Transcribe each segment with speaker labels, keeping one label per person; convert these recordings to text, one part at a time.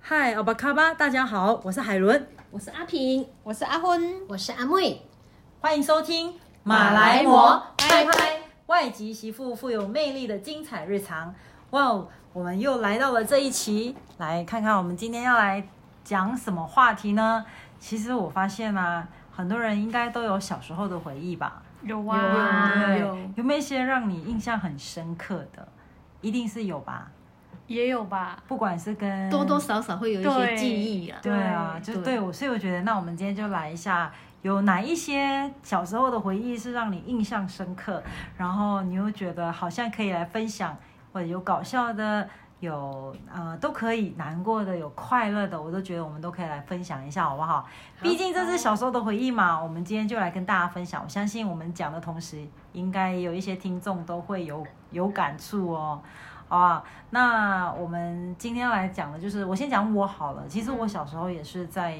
Speaker 1: 嗨，奥巴卡巴，大家好，我是海伦，
Speaker 2: 我是阿平，
Speaker 3: 我是阿昏，
Speaker 2: 我是阿妹。
Speaker 1: 欢迎收听《
Speaker 3: 马来貘
Speaker 1: 拍拍外籍媳妇富有魅力的精彩日常》。哇哦，我们又来到了这一期，来看看我们今天要来讲什么话题呢？其实我发现啊，很多人应该都有小时候的回忆吧？
Speaker 3: 有
Speaker 2: 啊
Speaker 1: 对不对有没有一些让你印象很深刻的？一定是有吧？
Speaker 3: 也有吧？
Speaker 1: 不管是跟
Speaker 2: 多多少少会有一些
Speaker 3: 对
Speaker 2: 记忆啊。
Speaker 1: 嗯对啊，
Speaker 3: 对
Speaker 1: 就对我，所以我觉得，那我们今天就来一下，有哪一些小时候的回忆是让你印象深刻，然后你又觉得好像可以来分享，或者有搞笑的，有呃都可以，难过的，有快乐的，我都觉得我们都可以来分享一下，好不好？毕竟这是小时候的回忆嘛，我们今天就来跟大家分享。我相信我们讲的同时，应该有一些听众都会有有感触哦。啊，那我们今天要来讲的就是，我先讲我好了。其实我小时候也是在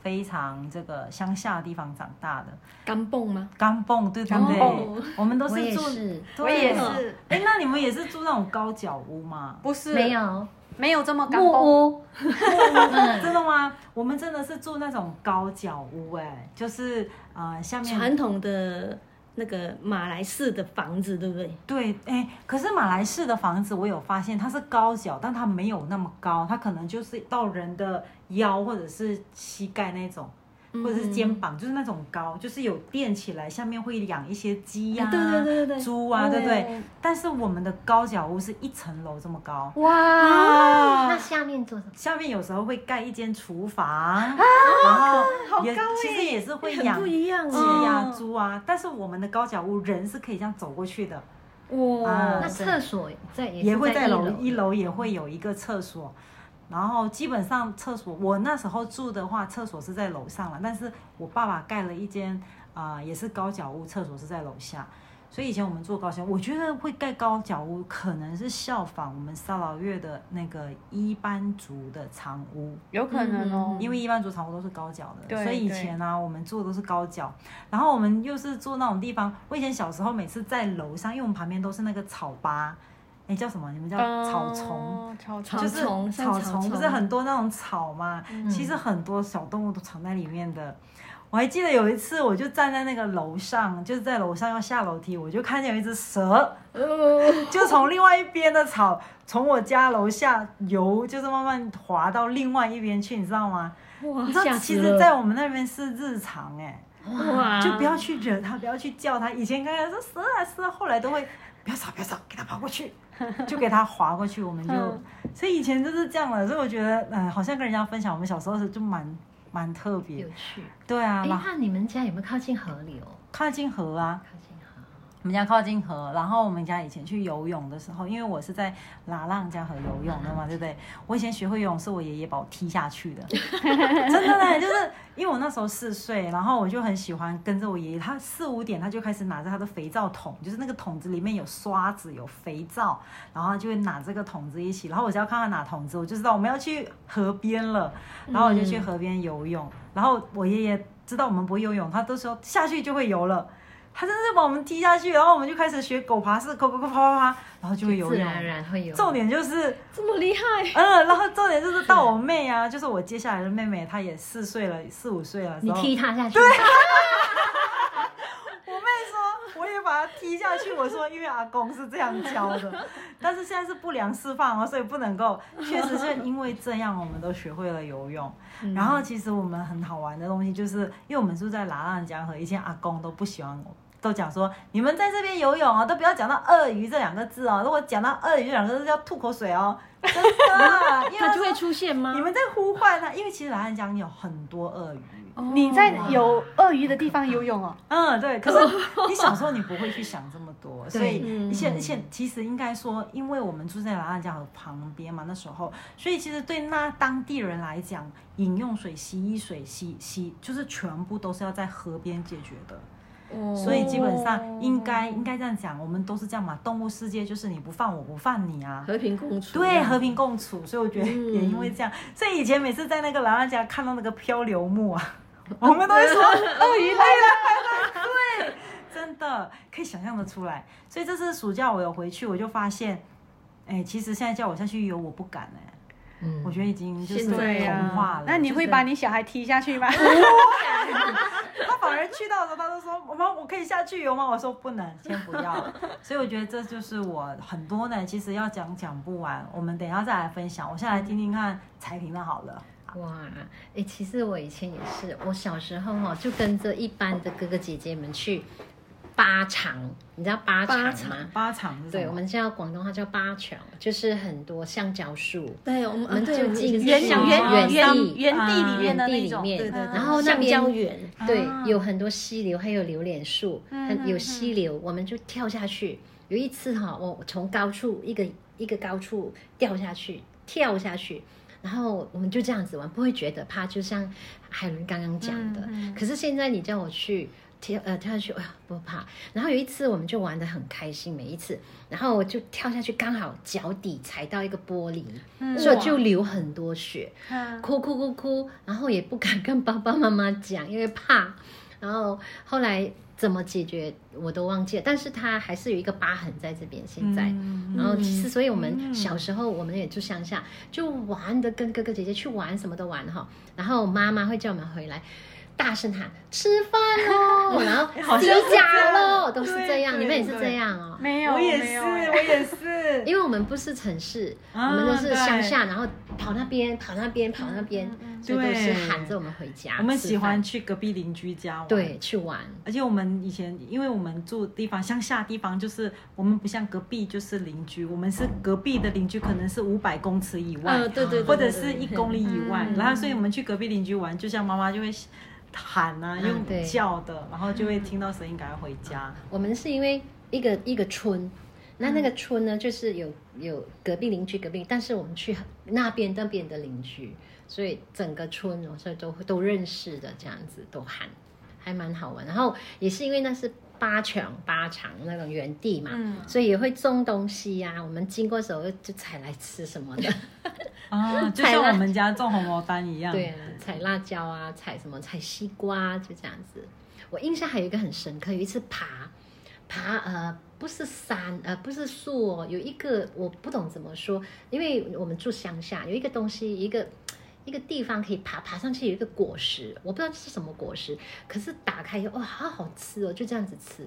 Speaker 1: 非常这个乡下的地方长大的，
Speaker 3: 干蹦吗？
Speaker 1: 甘蹦，对对对，
Speaker 3: 哦
Speaker 1: 我们都
Speaker 2: 我
Speaker 1: 是
Speaker 2: 也
Speaker 1: 住，
Speaker 2: 是，
Speaker 1: 对
Speaker 3: 我也是，
Speaker 1: 哎，那你们也是住那种高脚屋吗？
Speaker 3: 不是
Speaker 2: 没有
Speaker 3: 没有这么干蹦，
Speaker 2: 木屋， 嗯
Speaker 1: 真的吗？我们真的是住那种高脚屋、哎，就是呃下面
Speaker 4: 传统的那个马来式的房子，对不对？
Speaker 1: 对，哎，可是马来式的房子，我有发现它是高脚，但它没有那么高，它可能就是到人的腰或者是膝盖那种，
Speaker 2: 嗯
Speaker 1: 或
Speaker 4: 嗯
Speaker 1: 者是肩膀，就是那种高，就是有垫起来，下面会养一些鸡
Speaker 2: 哎
Speaker 1: 呀、
Speaker 4: 对哎对对对对，
Speaker 1: 猪啊，对不对？
Speaker 4: 哦？
Speaker 1: 但是我们的高脚屋是一层楼这么高，啊
Speaker 2: 哦哇，那下面做什么？
Speaker 1: 下面有时候会盖一间厨房，
Speaker 4: 啊
Speaker 1: 然后也、
Speaker 3: 好高哎
Speaker 1: 其实也是会
Speaker 4: 欸很
Speaker 1: 养
Speaker 4: 不一样
Speaker 1: 鸡
Speaker 4: 哦
Speaker 1: 呀、猪啊，但是我们的高脚屋人是可以这样走过去的。啊
Speaker 4: 哇
Speaker 2: 哦那，厕所在也
Speaker 1: 也
Speaker 2: 是
Speaker 1: 会在
Speaker 2: 在
Speaker 1: 楼
Speaker 2: 一
Speaker 1: 一楼也会有一个厕所，然后基本上厕所我那时候住的话，厕所是在楼上了，但是我爸爸盖了一间啊、呃也是高脚屋，厕所是在楼下。所以以前我们住高脚，我觉得会盖高脚屋，可能是效仿我们沙劳越的那个一班族的长屋，
Speaker 3: 有可能哦
Speaker 4: 嗯。
Speaker 1: 因为一般族长屋都是高脚的，
Speaker 3: 对
Speaker 1: 所以以
Speaker 3: 对
Speaker 1: 前啊，我们住的都是高脚，然后我们又是住那种地方。我以前小时候每次在楼上，因为我们旁边都是那个草吧，哎叫什么？你们叫草丛？
Speaker 3: 哦，草
Speaker 4: 嗯草
Speaker 3: 丛
Speaker 1: 就
Speaker 3: 就是是
Speaker 4: 丛像
Speaker 1: 草
Speaker 4: 草
Speaker 1: 丛，
Speaker 4: 丛嗯
Speaker 1: 不是很多那种草嘛？
Speaker 2: 嗯
Speaker 1: 其实很多小动物都藏在里面的。我还记得有一次，我就站在那个楼上，就是在楼上要下楼梯，我就看见有一只蛇，
Speaker 4: 哦
Speaker 1: 就从另外一边的草，从我家楼下游，就是慢慢滑到另外一边去，你知道吗？
Speaker 4: 哇，
Speaker 1: 你知道，
Speaker 4: 吓
Speaker 1: 其
Speaker 4: 死
Speaker 1: 实，
Speaker 4: 了！
Speaker 1: 在我们那边是日常哎、
Speaker 4: 哇，
Speaker 1: 就不要去惹它，不要去叫它。以前刚刚说蛇啊蛇啊，后来都会不要吵不要吵，给它跑过去，就给它划过去，我们就、
Speaker 3: 嗯
Speaker 1: 所以以前就是这样了。所以我觉得，嗯、好像跟人家分享我们小时候的时候就蛮蛮特别
Speaker 2: 有，趣。
Speaker 1: 对啊，
Speaker 2: 哎，
Speaker 1: 然后
Speaker 2: 那你们家有没有靠近河流？
Speaker 1: 靠近河啊，
Speaker 2: 靠近河，
Speaker 1: 我们家靠近河，然后我们家以前去游泳的时候，因为我是在拉浪江河游泳的嘛，对不对？我以前学会游泳是我爷爷把我踢下去的，真的嘞，就是因为我那时候四岁，然后我就很喜欢跟着我爷爷，他四五点他就开始拿着他的肥皂桶，就是那个桶子里面有刷子有肥皂，然后他就会拿这个桶子一起，然后我只要看他拿桶子，我就知道我们要去河边了，然后我就去河边游泳，然后我爷爷知道我们不会游泳，他都说下去就会游了。他真的是把我们踢下去，然后我们就开始学狗爬式，狗狗狗爬爬爬，然后就会游
Speaker 2: 自
Speaker 1: 泳
Speaker 2: 然。而然会有。
Speaker 1: 重点就是，
Speaker 4: 这么厉害，
Speaker 2: 哎
Speaker 1: 嗯，然后重点就是到我妹啊，就是我接下来的妹妹，她也四岁了，四五岁了。
Speaker 2: 你
Speaker 1: 然后
Speaker 2: 踢它下去，对，
Speaker 1: 我妹说，我也把她踢下去。我说，因为阿公是这样教 的，但是现在是不良示范哦，所以不能够。确实是因为这样，我们都学会了游泳。
Speaker 4: 嗯
Speaker 1: 然后其实我们很好玩的东西，就是因为我们住在拉浪江河，以前阿公都不喜欢我。都讲说你们在这边游泳哦，都不要讲到鳄鱼这两个字哦。如果讲到鳄鱼这两个字，要吐口水哦， 真的，因为
Speaker 4: 它
Speaker 1: 他
Speaker 4: 就会嗯出现吗
Speaker 1: 你？们在呼唤它，因为其实拉浪江有很多鳄鱼，
Speaker 2: 哦
Speaker 3: 你在有鳄鱼的地方游泳哦，
Speaker 1: 嗯，对。可是你小时候你不会去想这么 多，所以
Speaker 4: 哦嗯
Speaker 1: 而且而且其实应该说，因为我们住在拉拉加河旁边嘛，那时候，所以其实对那当地人来讲，饮用水、洗衣水、洗洗就是全部都是要在河边解决的。
Speaker 4: 哦
Speaker 1: 所以基本上应该应该这样讲，我们都是这样嘛。动物世界就是你不犯我，我不犯你啊。
Speaker 4: 和平共处，
Speaker 1: 对，和平共处，所以我觉得
Speaker 3: 嗯
Speaker 1: 也因为这样，所以以前每次在那个老人家看到那个漂流木 啊，我们都会说鳄鱼来了，对，真的可以想象的出来。所以这次暑假我有回去，我就发现，哎，其实现在叫我下去游，我不敢哎、
Speaker 2: 嗯
Speaker 1: 我觉得已经就是
Speaker 2: 现在
Speaker 3: 对
Speaker 1: 童话
Speaker 3: 啊
Speaker 1: 了。，
Speaker 3: 那你会
Speaker 1: 就是
Speaker 3: 把你小孩踢下去吗？
Speaker 1: 他反而去到的时候，他都说：“妈妈，我可以下去游吗？”我说：“不能，先不要。”所以我觉得这就是我很多呢，其实要讲讲不完，我们等一下再来分享。我现在来听听看彩屏的好了。
Speaker 2: 哇，哎、其实我以前也是，我小时候哈、就跟着一般的哥哥姐姐们去八场，你知道八场吗？
Speaker 4: 八场
Speaker 1: 八场是什么
Speaker 2: 对，我们叫广东话叫八桥，就是很多橡胶树，
Speaker 4: 对，我们啊
Speaker 2: 我们
Speaker 4: 对
Speaker 2: 就
Speaker 4: 我们
Speaker 2: 进
Speaker 4: 以前
Speaker 3: 原
Speaker 4: 是
Speaker 2: 原
Speaker 3: 原
Speaker 2: 原
Speaker 3: 原
Speaker 2: 地啊
Speaker 3: 原地里面
Speaker 2: 原
Speaker 3: 嗯
Speaker 2: 地
Speaker 3: 的那
Speaker 2: 里
Speaker 3: 种，
Speaker 2: 面，
Speaker 4: 对对对，
Speaker 2: 然后那
Speaker 4: 橡胶
Speaker 2: 边
Speaker 4: 园，
Speaker 2: 对
Speaker 1: 啊
Speaker 2: 有很多溪流，还有榴莲树，
Speaker 3: 嗯
Speaker 2: 很
Speaker 3: 嗯
Speaker 2: 有溪流，我们就跳下去。有一次哈、我从高处一个一个高处掉下去，跳下去，然后我们就这样子玩，不会觉得怕，就像海伦刚刚讲的。
Speaker 3: 嗯嗯
Speaker 2: 可是现在你叫我去跳呃跳下去，哎呀不怕。然后有一次我们就玩的很开心，每一次，然后我就跳下去，刚好脚底踩到一个玻璃，
Speaker 3: 嗯
Speaker 2: 所以就流很多血。
Speaker 3: 嗯
Speaker 2: 哭哭哭哭，然后也不敢跟爸爸妈妈讲，因为怕。然后后来怎么解决我都忘记了，但是他还是有一个疤痕在这边现在。
Speaker 1: 嗯
Speaker 2: 然后其实，所以我们
Speaker 1: 嗯
Speaker 2: 小时候，我们也住乡下，就玩的跟哥哥姐姐去玩，什么都玩哈。然后妈妈会叫我们回来，大声喊吃饭喽， 然后
Speaker 1: 哎好
Speaker 2: 洗
Speaker 1: 像是
Speaker 2: 脚喽，都是
Speaker 1: 对
Speaker 2: 这样。
Speaker 1: 对
Speaker 2: 你们也是
Speaker 1: 对
Speaker 2: 这样哦。
Speaker 3: 没有，
Speaker 1: 我也
Speaker 3: 没
Speaker 1: 是，
Speaker 3: 有
Speaker 1: 我也是，
Speaker 2: 因为我们不是城市，
Speaker 1: 啊
Speaker 2: 我们都是乡
Speaker 1: 对
Speaker 2: 下，然后跑那边，跑那边，跑那边
Speaker 3: 嗯嗯，嗯
Speaker 2: 所以都是
Speaker 1: 对
Speaker 2: 喊着我们回家吃饭。
Speaker 1: 我们喜欢去隔壁邻居家玩。
Speaker 2: 对去玩，
Speaker 1: 而且我们以前，因为我们住地方乡下地方，就是我们不像隔壁就是邻居，我们是隔壁的邻居，可能是五百公尺以外，
Speaker 4: 呃，对对，对
Speaker 1: 或者
Speaker 4: 对
Speaker 1: 是
Speaker 4: 对
Speaker 1: 一公里以外，
Speaker 3: 嗯
Speaker 1: 然后所以我们去隔壁邻居玩，就像妈妈就会喊啊，
Speaker 2: 啊
Speaker 1: 用
Speaker 2: 对嗯
Speaker 1: 叫的，然后就会听到声音，赶快回家。
Speaker 2: 我们是因为一个一个村。那那
Speaker 1: 嗯
Speaker 2: 个村呢，就是有有隔壁邻居隔壁，但是我们去那边那边的邻居，所以整个村哦，所以都都认识的，这样子都喊，还蛮好玩。然后也是因为那是八场八场那种园地嘛，
Speaker 3: 嗯
Speaker 2: 所以也会种东西呀、我们经过的时候就采来吃什么的，
Speaker 1: 啊，就
Speaker 2: 踩
Speaker 1: 像
Speaker 2: 了
Speaker 1: 我们家种红毛丹一样。
Speaker 2: 对啊，采辣椒啊，采什么，采西瓜、啊，就这样子。我印象还有一个很深刻，有一次爬爬呃，不是山呃，不是树哦，有一个我不懂怎么说，因为我们住乡下，有一个东西，一个一个地方可以爬，爬上去有一个果实，我不知道是什么果实，可是打开以后哇，好好吃哦，就这样子吃。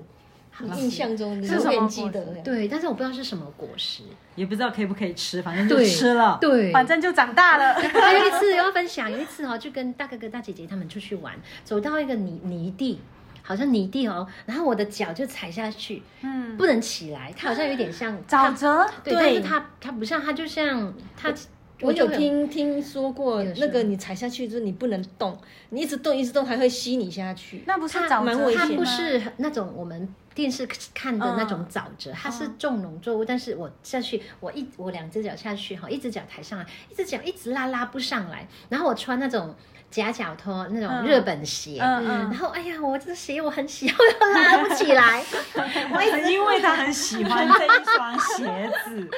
Speaker 4: 我印象中你
Speaker 3: 是什
Speaker 4: 永
Speaker 3: 么
Speaker 4: 远
Speaker 3: 果
Speaker 4: 记得
Speaker 3: 实
Speaker 4: 呀
Speaker 2: 对，但是我不知道是什么果实。
Speaker 1: 也不知道可以不可以吃，反正就
Speaker 2: 对
Speaker 1: 吃了。
Speaker 2: 对，
Speaker 3: 反正就长大 了。
Speaker 2: 还有一次要分享，有一次哦，就跟大哥哥、大姐姐他们出去玩，走到一个泥泥地，好像泥地哦，然后我的脚就踩下去，
Speaker 3: 嗯，
Speaker 2: 不能起来，它好像有点像
Speaker 3: 沼
Speaker 2: 它
Speaker 3: 泽，
Speaker 2: 对，
Speaker 4: 对
Speaker 2: 但是它它不像，它就像它，
Speaker 4: 我有
Speaker 2: 就会
Speaker 4: 听听说过，
Speaker 2: 有时
Speaker 4: 那个
Speaker 2: 候
Speaker 4: 你踩下去就是你不能动，你一直动一直动还会吸你下去。
Speaker 3: 那不是
Speaker 2: 它
Speaker 3: 沼
Speaker 4: 蛮
Speaker 3: 泽，
Speaker 4: 危
Speaker 2: 它
Speaker 4: 险
Speaker 2: 不
Speaker 4: 吗
Speaker 2: 是那种我们电视看的那种沼
Speaker 4: 嗯
Speaker 2: 泽，它是种农作物，但是我下去，我一我两只脚下去哈，一只脚抬上来，一只脚一直拉拉不上来，然后我穿那种夹脚拖那种
Speaker 3: 嗯
Speaker 2: 日本鞋，
Speaker 3: 嗯
Speaker 2: 然
Speaker 3: 嗯，
Speaker 2: 后哎呀，我这鞋我很喜欢， 我拉不起来，
Speaker 1: 我因为他很喜欢这一双鞋子，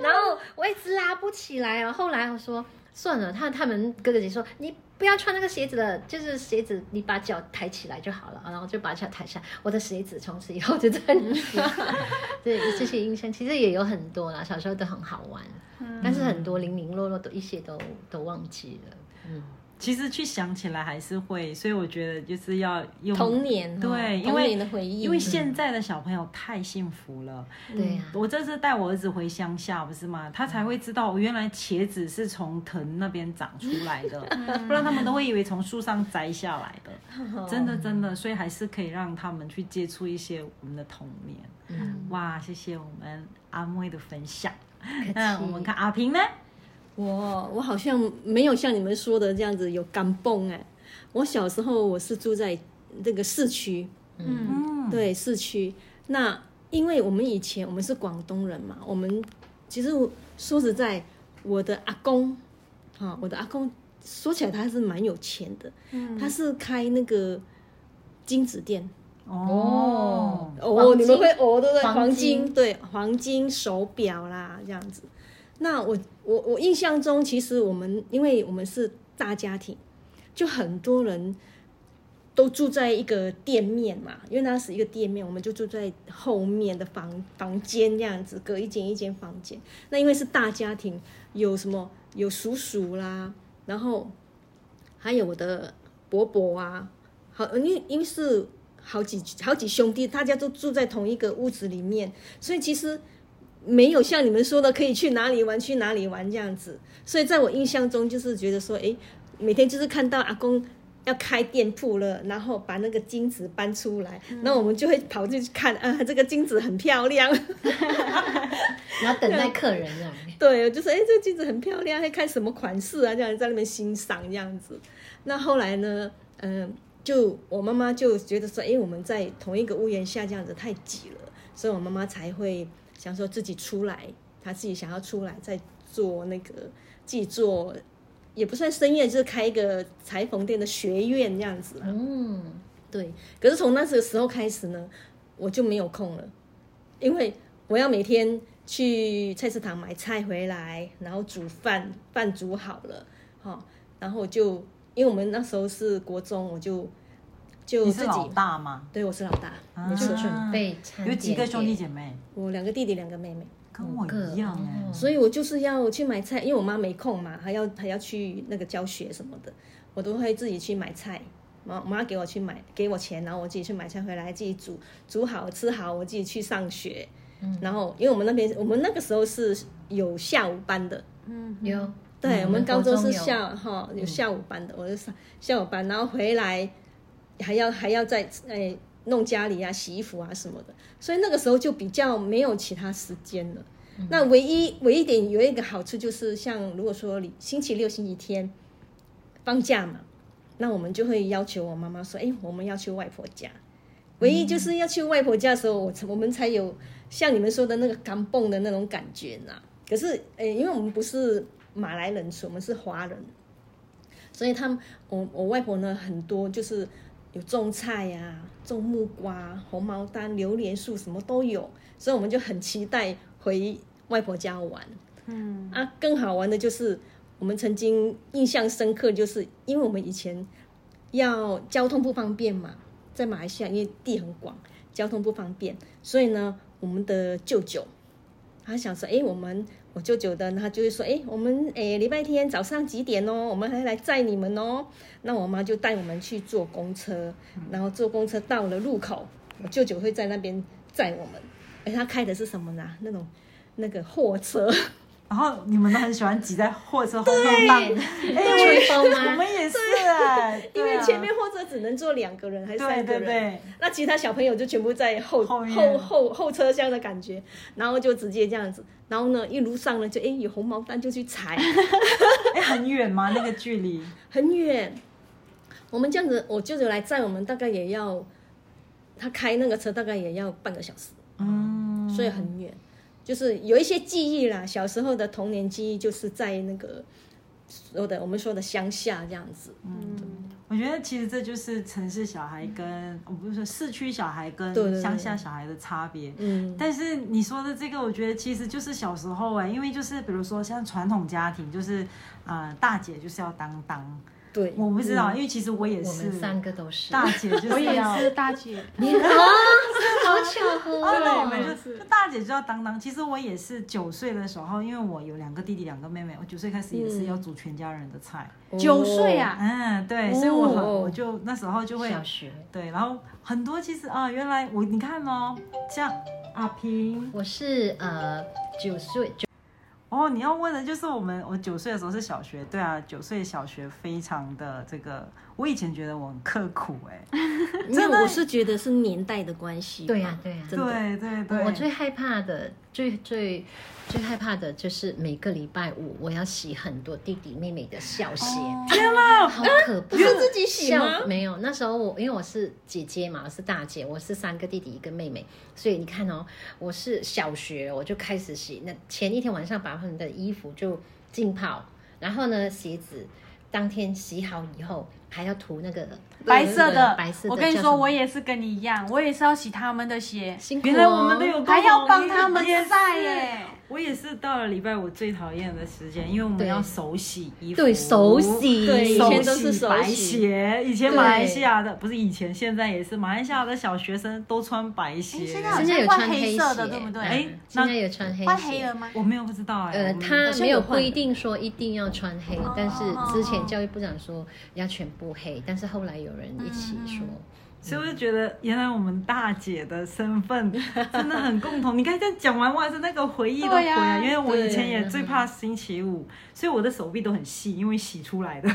Speaker 2: 然后我一直拉不起来哦。后来我说算了，他他们哥哥姐说你不要穿那个鞋子了，就是鞋子你把脚抬起来就好了。然后就把脚抬下，我的鞋子从此以后就在那里。
Speaker 1: 嗯
Speaker 2: 对，这些印象其实也有很多啦，小时候都很好玩，
Speaker 1: 嗯
Speaker 2: 但是很多零零落落都一些都都忘记了。嗯，
Speaker 1: 其实去想起来还是会，所以我觉得就是要用
Speaker 4: 童年哦，
Speaker 1: 对因
Speaker 4: 童
Speaker 1: 为
Speaker 4: 年的回忆，
Speaker 2: 嗯
Speaker 1: 因为现在的小朋友太幸福了，
Speaker 2: 对呀、
Speaker 1: 我这次带我儿子回乡下，不是吗？他才会知道，我原来茄子是从藤那边长出来的，不然他们都会以为从树上摘下来的。真的真的，所以还是可以让他们去接触一些我们的童年。
Speaker 2: 嗯，
Speaker 1: 哇，谢谢我们阿妹的分享。
Speaker 2: 客
Speaker 1: 嗯那
Speaker 2: 气
Speaker 1: 我们看阿平呢？
Speaker 4: 我我好像没有像你们说的这样子有感蹦哎。我小时候我是住在这个市区，
Speaker 3: 嗯
Speaker 1: 嗯，
Speaker 4: 对市区。那因为我们以前我们是广东人嘛，我们其实我说实在，我的阿公，啊，我的阿公说起来他是蛮有钱的，
Speaker 3: 嗯
Speaker 4: 他是开那个金子店。
Speaker 1: 哦，
Speaker 4: 哦，
Speaker 2: 黄
Speaker 4: 你
Speaker 2: 金
Speaker 4: 们会哦，对不对？
Speaker 2: 黄
Speaker 4: 黄
Speaker 2: 金
Speaker 4: 金对，黄金手表啦，这样子。那我我我印象中，其实我们因为我们是大家庭，就很多人都住在一个店面嘛，因为那是一个店面，我们就住在后面的房房间这样子，隔一间一间房间。那因为是大家庭，有什么有叔叔啦，然后还有我的伯伯啊，好，因为因为是好几好几兄弟，大家都住在同一个屋子里面，所以其实没有像你们说的可以去哪里玩去哪里玩这样子。所以在我印象中，就是觉得说，诶，每天就是看到阿公要开店铺了，然后把那个金子搬出来，那、我们就会跑进去看，啊，这个金子很漂亮。
Speaker 2: 然后等待客人啊这样。
Speaker 4: 对，就是哎，诶这个镜子很漂亮，还看什么款式啊？这样在那边欣赏这样子。那后来呢，嗯、就我妈妈就觉得说，哎，我们在同一个屋檐下这样子太挤了，所以我妈妈才会想说自己出来，她自己想要出来再做那个，自己做也不算生意，就是开一个裁缝店的学院这样子啊。
Speaker 2: 嗯，
Speaker 4: 对，可是从那个时候开始呢，我就没有空了，因为我要每天去菜市场买菜回来，然后煮饭，饭煮好了，哈、然后我就因为我们那时候是国中，我就就
Speaker 1: 你
Speaker 4: 自
Speaker 1: 是
Speaker 4: 己
Speaker 1: 老，大吗？
Speaker 4: 对我是老大，
Speaker 1: 啊
Speaker 4: 没
Speaker 2: 就
Speaker 4: 错，
Speaker 2: 准备餐
Speaker 1: 有几个
Speaker 2: 点
Speaker 1: 兄弟姐妹？
Speaker 4: 我两个弟弟，两个妹妹。
Speaker 1: 跟
Speaker 2: 五
Speaker 1: 我
Speaker 2: 个
Speaker 1: 一样
Speaker 2: 哦
Speaker 1: 哎、
Speaker 4: 所以我就是要去买菜，因为我妈没空嘛，还要还要去那个教学什么的，我都会自己去买菜。妈我妈给我去买，给我钱，然后我自己去买菜回来，自己煮煮好吃好，我自己去上学。
Speaker 2: 嗯
Speaker 4: 然后因为我们那边我们那个时候是有下午班的，
Speaker 3: 嗯，
Speaker 2: 有，
Speaker 4: 对、
Speaker 2: 嗯
Speaker 4: 我们高中是
Speaker 2: 有
Speaker 4: 下哈、有嗯下午班的，我就上下午班，然后回来还要还要再哎弄家里啊、洗衣服啊什么的，所以那个时候就比较没有其他时间了。那唯一唯一点有一个好处就是，像如果说你星期六、星期天放假嘛，那我们就会要求我妈妈说：“哎，我们要去外婆家。”唯一就是要去外婆家的时候，我才我们才有像你们说的那个港蹦的那种感觉呢。可是，呃，因为我们不是马来人，我们是华人，所以他们我我外婆呢很多就是有种菜呀、种木瓜、红毛丹、榴莲树什么都有，所以我们就很期待回外婆家玩。
Speaker 3: 嗯，
Speaker 4: 啊，更好玩的就是我们曾经印象深刻，就是因为我们以前要交通不方便嘛，在马来西亚因为地很广，交通不方便，所以呢，我们的舅舅他想说，诶，哎我们我舅舅的他就会说，诶，哎我们诶礼拜天早上几点哦，我们还来载你们哦。那我妈就带我们去坐公车，然后坐公车到了路口，我舅舅会在那边载我们。诶，他开的是什么呢？那种那个货车。
Speaker 1: 然后你们都很喜欢挤在货车后面浪，哎、
Speaker 2: 吹风
Speaker 1: 我我
Speaker 2: 吗？
Speaker 1: 们也是哎、对
Speaker 4: 因
Speaker 1: 啊
Speaker 4: 为前面或者只能坐两个人还是
Speaker 1: 对
Speaker 4: 三
Speaker 1: 对
Speaker 4: 个人，
Speaker 1: 对，
Speaker 4: 那其他小朋友就全部在后
Speaker 1: 后
Speaker 4: 后
Speaker 1: 面
Speaker 4: 后后车厢的感觉，然后就直接这样子，然后呢一路上呢就哎有红毛丹就去 采，
Speaker 1: 哎、很远吗？那个距离？
Speaker 4: 很远。我们这样子，我舅舅来载我们，大概也要他开那个车大概也要半个小时，
Speaker 1: 嗯，
Speaker 4: 所以很远。就是有一些记忆啦，小时候的童年记忆就是在那个说的我们说的乡下这样子。
Speaker 3: 嗯
Speaker 1: 我觉得其实这就是城市小孩跟我不是说市区小孩
Speaker 4: 嗯对对
Speaker 1: 跟
Speaker 4: 对
Speaker 1: 乡下小孩的差别。
Speaker 4: 嗯，
Speaker 1: 但是你说的这个，我觉得其实就是小时候哎、因为就是比如说像传统家庭，就是呃大姐就是要担当，
Speaker 4: 对，
Speaker 1: 我不知道，
Speaker 4: 嗯
Speaker 1: 因为其实我也
Speaker 2: 我
Speaker 1: 是
Speaker 2: 们三个都是。
Speaker 1: 大 姐就
Speaker 3: 我
Speaker 1: 是
Speaker 3: 也
Speaker 1: 要。
Speaker 3: 是大姐，啊
Speaker 2: 好巧合
Speaker 1: 哦，那我
Speaker 2: 哦！
Speaker 1: 们
Speaker 4: 嗯
Speaker 1: 就是大姐就要当当。其实我也是九岁的时候，因为我有两个弟弟，两个妹妹，我九岁开始也
Speaker 4: 嗯
Speaker 1: 是要煮全家人的菜。
Speaker 3: 九岁啊
Speaker 1: 嗯，对，所以我很
Speaker 4: 哦
Speaker 1: 我就那时候就会
Speaker 2: 小学，
Speaker 1: 对，然后很多其实啊，原来我你看哦，像阿平
Speaker 2: 我是呃九岁九，
Speaker 1: 哦，你要问的就是我们我九岁的时候是小学，对啊，九岁小学非常的这个，我以前觉得我很刻苦哎、
Speaker 4: 因为我是觉得是年代的关系。
Speaker 2: 对呀，对呀。
Speaker 4: 真的
Speaker 1: 对对对，
Speaker 2: 我我最害怕的，最最最害怕的就是每个礼拜五我要洗很多弟弟妹妹的校鞋，
Speaker 1: 哦天哪，
Speaker 2: 好可怕！
Speaker 4: 是自己洗吗
Speaker 2: 校没有，那时候我因为我是姐姐嘛，我是大姐，我是三个弟弟一个妹妹，所以你看哦，我是小学我就开始洗，那前一天晚上把他们的衣服就浸泡，然后呢鞋子当天洗好以后还要涂那个
Speaker 3: 白色的，
Speaker 2: 白色的叫什么。
Speaker 3: 我跟你说，我也是跟你一样，我也是要洗他们的鞋，
Speaker 2: 辛苦、哦，
Speaker 1: 原来我们都有共同
Speaker 3: 还要帮他们
Speaker 1: 也是
Speaker 3: 晒耶。
Speaker 1: 我也是到了礼拜五最讨厌的时间，因为我们
Speaker 2: 对
Speaker 1: 要手洗衣服，
Speaker 2: 对手洗
Speaker 4: 对以
Speaker 1: 手
Speaker 4: 前都是手洗
Speaker 1: 白鞋。以前马来西亚的不是以前，现在也是马来西亚的小学生都穿白鞋。
Speaker 3: 诶现在好
Speaker 2: 哎现在有
Speaker 3: 换
Speaker 2: 穿
Speaker 3: 黑
Speaker 2: 黑
Speaker 3: 色
Speaker 2: 鞋
Speaker 3: 的对不对
Speaker 1: 哎
Speaker 2: 嗯
Speaker 1: 那
Speaker 2: 现在有穿黑
Speaker 3: 换
Speaker 2: 鞋
Speaker 3: 黑了 吗？
Speaker 1: 我没有不知道哎、
Speaker 2: 呃，
Speaker 1: 我们
Speaker 2: 他没有规
Speaker 1: 好像有换的
Speaker 2: 定说一定要穿黑
Speaker 3: 哦，
Speaker 2: 但是
Speaker 3: 哦
Speaker 2: 之前教育部长说要全部黑，但是后来有人一起说，
Speaker 1: 所以我就觉得，原来我们大姐的身份真的很共同。你看这样讲完，哇塞，那个回忆都回
Speaker 3: 对呀
Speaker 1: 来。因为我以前
Speaker 4: 对
Speaker 1: 也最怕星期五，所以我的手臂都很细，因为洗出来的。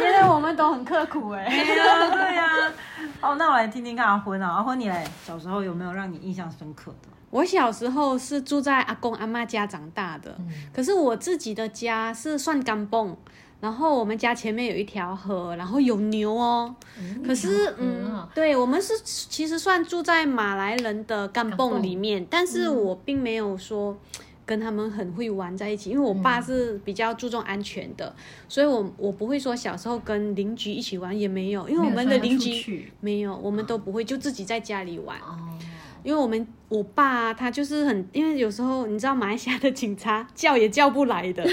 Speaker 3: 原来我们都很刻苦哎。
Speaker 1: 对呀，对呀。哦，那我来听听看阿昏啊，阿昏你嘞，小时候有没有让你印象深刻的？
Speaker 3: 我小时候是住在阿公阿妈家长大的，可是我自己的家是算干蹦，然后我们家前面有一条河，然后有牛哦。可是，
Speaker 2: 河
Speaker 3: 嗯
Speaker 2: 啊，
Speaker 3: 对，我们是其实算住在马来人的干
Speaker 2: 干
Speaker 3: 蹦
Speaker 2: 蹦
Speaker 3: 里面，但是我并没有说。跟他们很会玩在一起，因为我爸是比较注重安全的，所以我我不会说小时候跟邻居一起玩也没有，因为我们的邻
Speaker 1: 出
Speaker 3: 居
Speaker 1: 去
Speaker 3: 没有，我们都不会，就自己在家里玩。
Speaker 2: 哦，
Speaker 3: 因为我们我爸啊他就是很，因为有时候你知道马来西亚的警察叫也叫不来 的，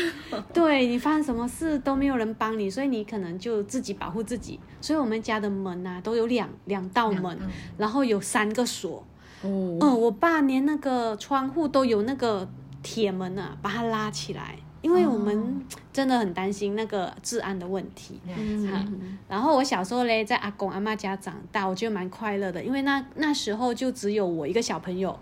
Speaker 3: 对你发生什么事都没有人帮你，所以你可能就自己保护自己。所以我们家的门啊都有两两道门，
Speaker 2: 嗯
Speaker 3: 然后有三个锁。
Speaker 4: 哦，
Speaker 3: 嗯，我爸连那个窗户都有那个铁门啊，把它拉起来，因为我们真的很担心那个治安的问题。
Speaker 4: 嗯，
Speaker 3: 然后我小时候嘞，在阿公阿妈家长大，我觉得蛮快乐的，因为那那时候就只有我一个小朋友。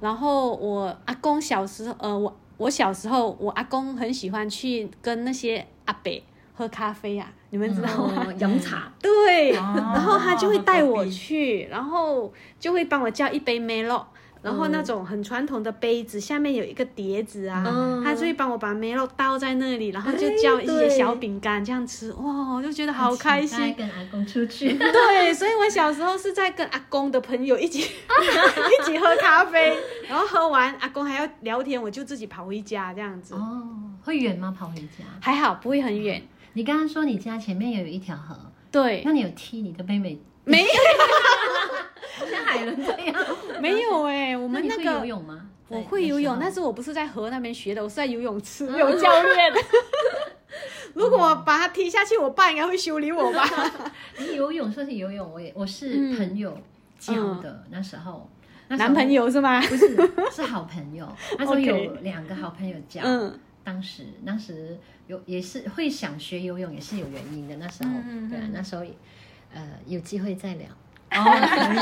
Speaker 3: 然后我阿公小时候，呃，我我小时候，我阿公很喜欢去跟那些阿伯喝咖啡呀、啊，你们知道吗？
Speaker 4: 哦，饮茶，
Speaker 3: 对，
Speaker 1: 哦
Speaker 3: 然后他就会带
Speaker 1: 隔
Speaker 3: 我
Speaker 1: 壁
Speaker 3: 去，然后就会帮我叫一杯梅洛，然后那种很传统的杯子下面有一个碟子啊，
Speaker 4: 嗯
Speaker 3: 他就会帮我把梅洛倒在那里，然后就
Speaker 4: 哎
Speaker 3: 叫一些
Speaker 4: 对
Speaker 3: 小饼干这样吃，哇，我就觉得好
Speaker 2: 很期
Speaker 3: 开
Speaker 2: 待
Speaker 3: 心。
Speaker 2: 跟阿公出 去，
Speaker 3: 对，所以我小时候是在跟阿公的朋友一起一起喝咖啡，然后喝完阿公还要聊天，我就自己跑回家这样子，
Speaker 2: 哦，会远吗？跑回家？
Speaker 3: 还好不会很远。
Speaker 2: 你刚刚说你家前面有一条河，
Speaker 3: 对
Speaker 2: 那，你有踢你的妹妹？
Speaker 3: 没
Speaker 2: 像海伦这样，
Speaker 3: 没有哎、 我
Speaker 2: 我
Speaker 3: 们那
Speaker 2: 会
Speaker 3: 个
Speaker 2: 游泳吗？
Speaker 3: 我会游泳，但是
Speaker 2: 我
Speaker 3: 我不是在河那边学的，我是在游泳池有教
Speaker 2: 嗯
Speaker 3: 练。如果我把它踢下去，我爸应该会修理我吧？
Speaker 2: 你游泳说起游泳，我也我是
Speaker 3: 嗯
Speaker 2: 朋友教的，那时候那时候
Speaker 3: 男朋友是吗？
Speaker 2: 不是是好朋 友，那时候
Speaker 3: OK
Speaker 2: 有两个好朋友教。
Speaker 3: 嗯，
Speaker 2: 当时当时有也是会想学游泳，也是有原因的。那时候，
Speaker 3: 嗯嗯嗯
Speaker 2: 对、啊，那时候也呃有机会再聊。
Speaker 1: 哦，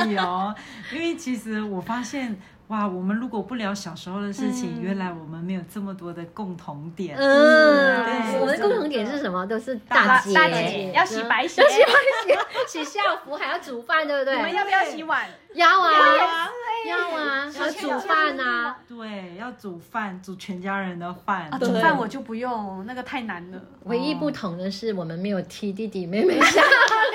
Speaker 1: 可以哦，因为其实我发现，哇，我们如果不聊小时候的事情，
Speaker 3: 嗯
Speaker 1: 原来我们没有这么多的共同点。
Speaker 2: 嗯
Speaker 1: 对
Speaker 2: 我们的共同点是什么？都是大姐，
Speaker 3: 大姐要洗白鞋
Speaker 2: 要洗白鞋， 洗校服还要煮饭，对不对？
Speaker 3: 你们要不要洗碗？
Speaker 2: 要啊，
Speaker 3: 啊，
Speaker 2: 要啊，还
Speaker 3: 小
Speaker 2: 要
Speaker 3: 朋
Speaker 2: 煮
Speaker 3: 友
Speaker 2: 饭啊。
Speaker 1: 对，要煮饭，煮全家人的饭。
Speaker 3: 啊
Speaker 4: 对
Speaker 3: 煮饭我就不用，那个太难了。
Speaker 2: 唯一不同的是，我们没有踢弟弟妹妹下。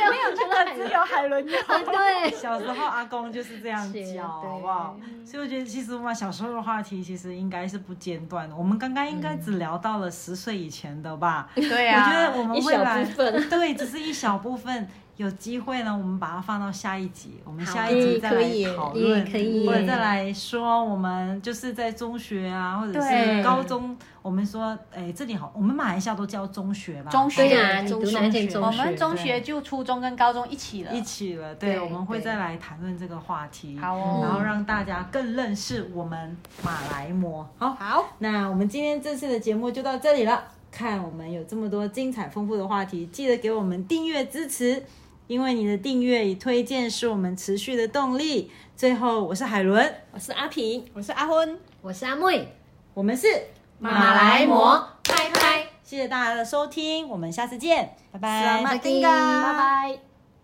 Speaker 3: 没有那个只有海伦有。
Speaker 2: 哦 对，
Speaker 1: 小时候阿公就是这样
Speaker 2: 是
Speaker 1: 教，
Speaker 2: 对
Speaker 1: 好不好？所以我觉得，其实我们小时候的话题其实应该是不间断的。我们刚刚应该只聊到了十岁以前的吧？
Speaker 3: 对啊
Speaker 1: 我觉得我们
Speaker 4: 一
Speaker 1: 未
Speaker 4: 小
Speaker 1: 来
Speaker 4: 部 分
Speaker 1: 对，只是一小部分。有机会呢，我们把它放到下一集，我们
Speaker 2: 好
Speaker 1: 下一集
Speaker 4: 嗯
Speaker 1: 再
Speaker 4: 可
Speaker 1: 来
Speaker 4: 以
Speaker 1: 讨
Speaker 2: 嗯
Speaker 1: 论，
Speaker 2: 可以
Speaker 1: 或者再来说我们就是在中学啊，或者是
Speaker 3: 对
Speaker 1: 高中，我们说，哎，这里好，我们马来西亚都叫中学吧，
Speaker 3: 中学
Speaker 2: 对呀、你
Speaker 3: 中
Speaker 2: 读哪一间
Speaker 1: 学
Speaker 2: 中学？
Speaker 3: 我们中
Speaker 1: 对
Speaker 3: 学就初中跟高中一起了，
Speaker 1: 一起了，对，
Speaker 2: 对
Speaker 1: 我们会
Speaker 2: 对
Speaker 1: 再来谈论这个话题，
Speaker 3: 好哦
Speaker 1: 然后让大家更认识我们马来貘。好，
Speaker 3: 好，
Speaker 1: 那我们今天这次的节目就到这里了。看我们有这么多精彩丰富的话题，记得给我们订阅支持，因为你的订阅与推荐是我们持续的动力。最后，我是海伦，
Speaker 4: 我是阿平，
Speaker 3: 我是阿昏。
Speaker 2: 我是阿妹，
Speaker 1: 我们是
Speaker 3: 马来貘，
Speaker 2: 拍拍。
Speaker 1: 谢谢大家的收听，我们下次见，拜拜，
Speaker 2: Pagi.
Speaker 3: Selamat tinggal，拜拜。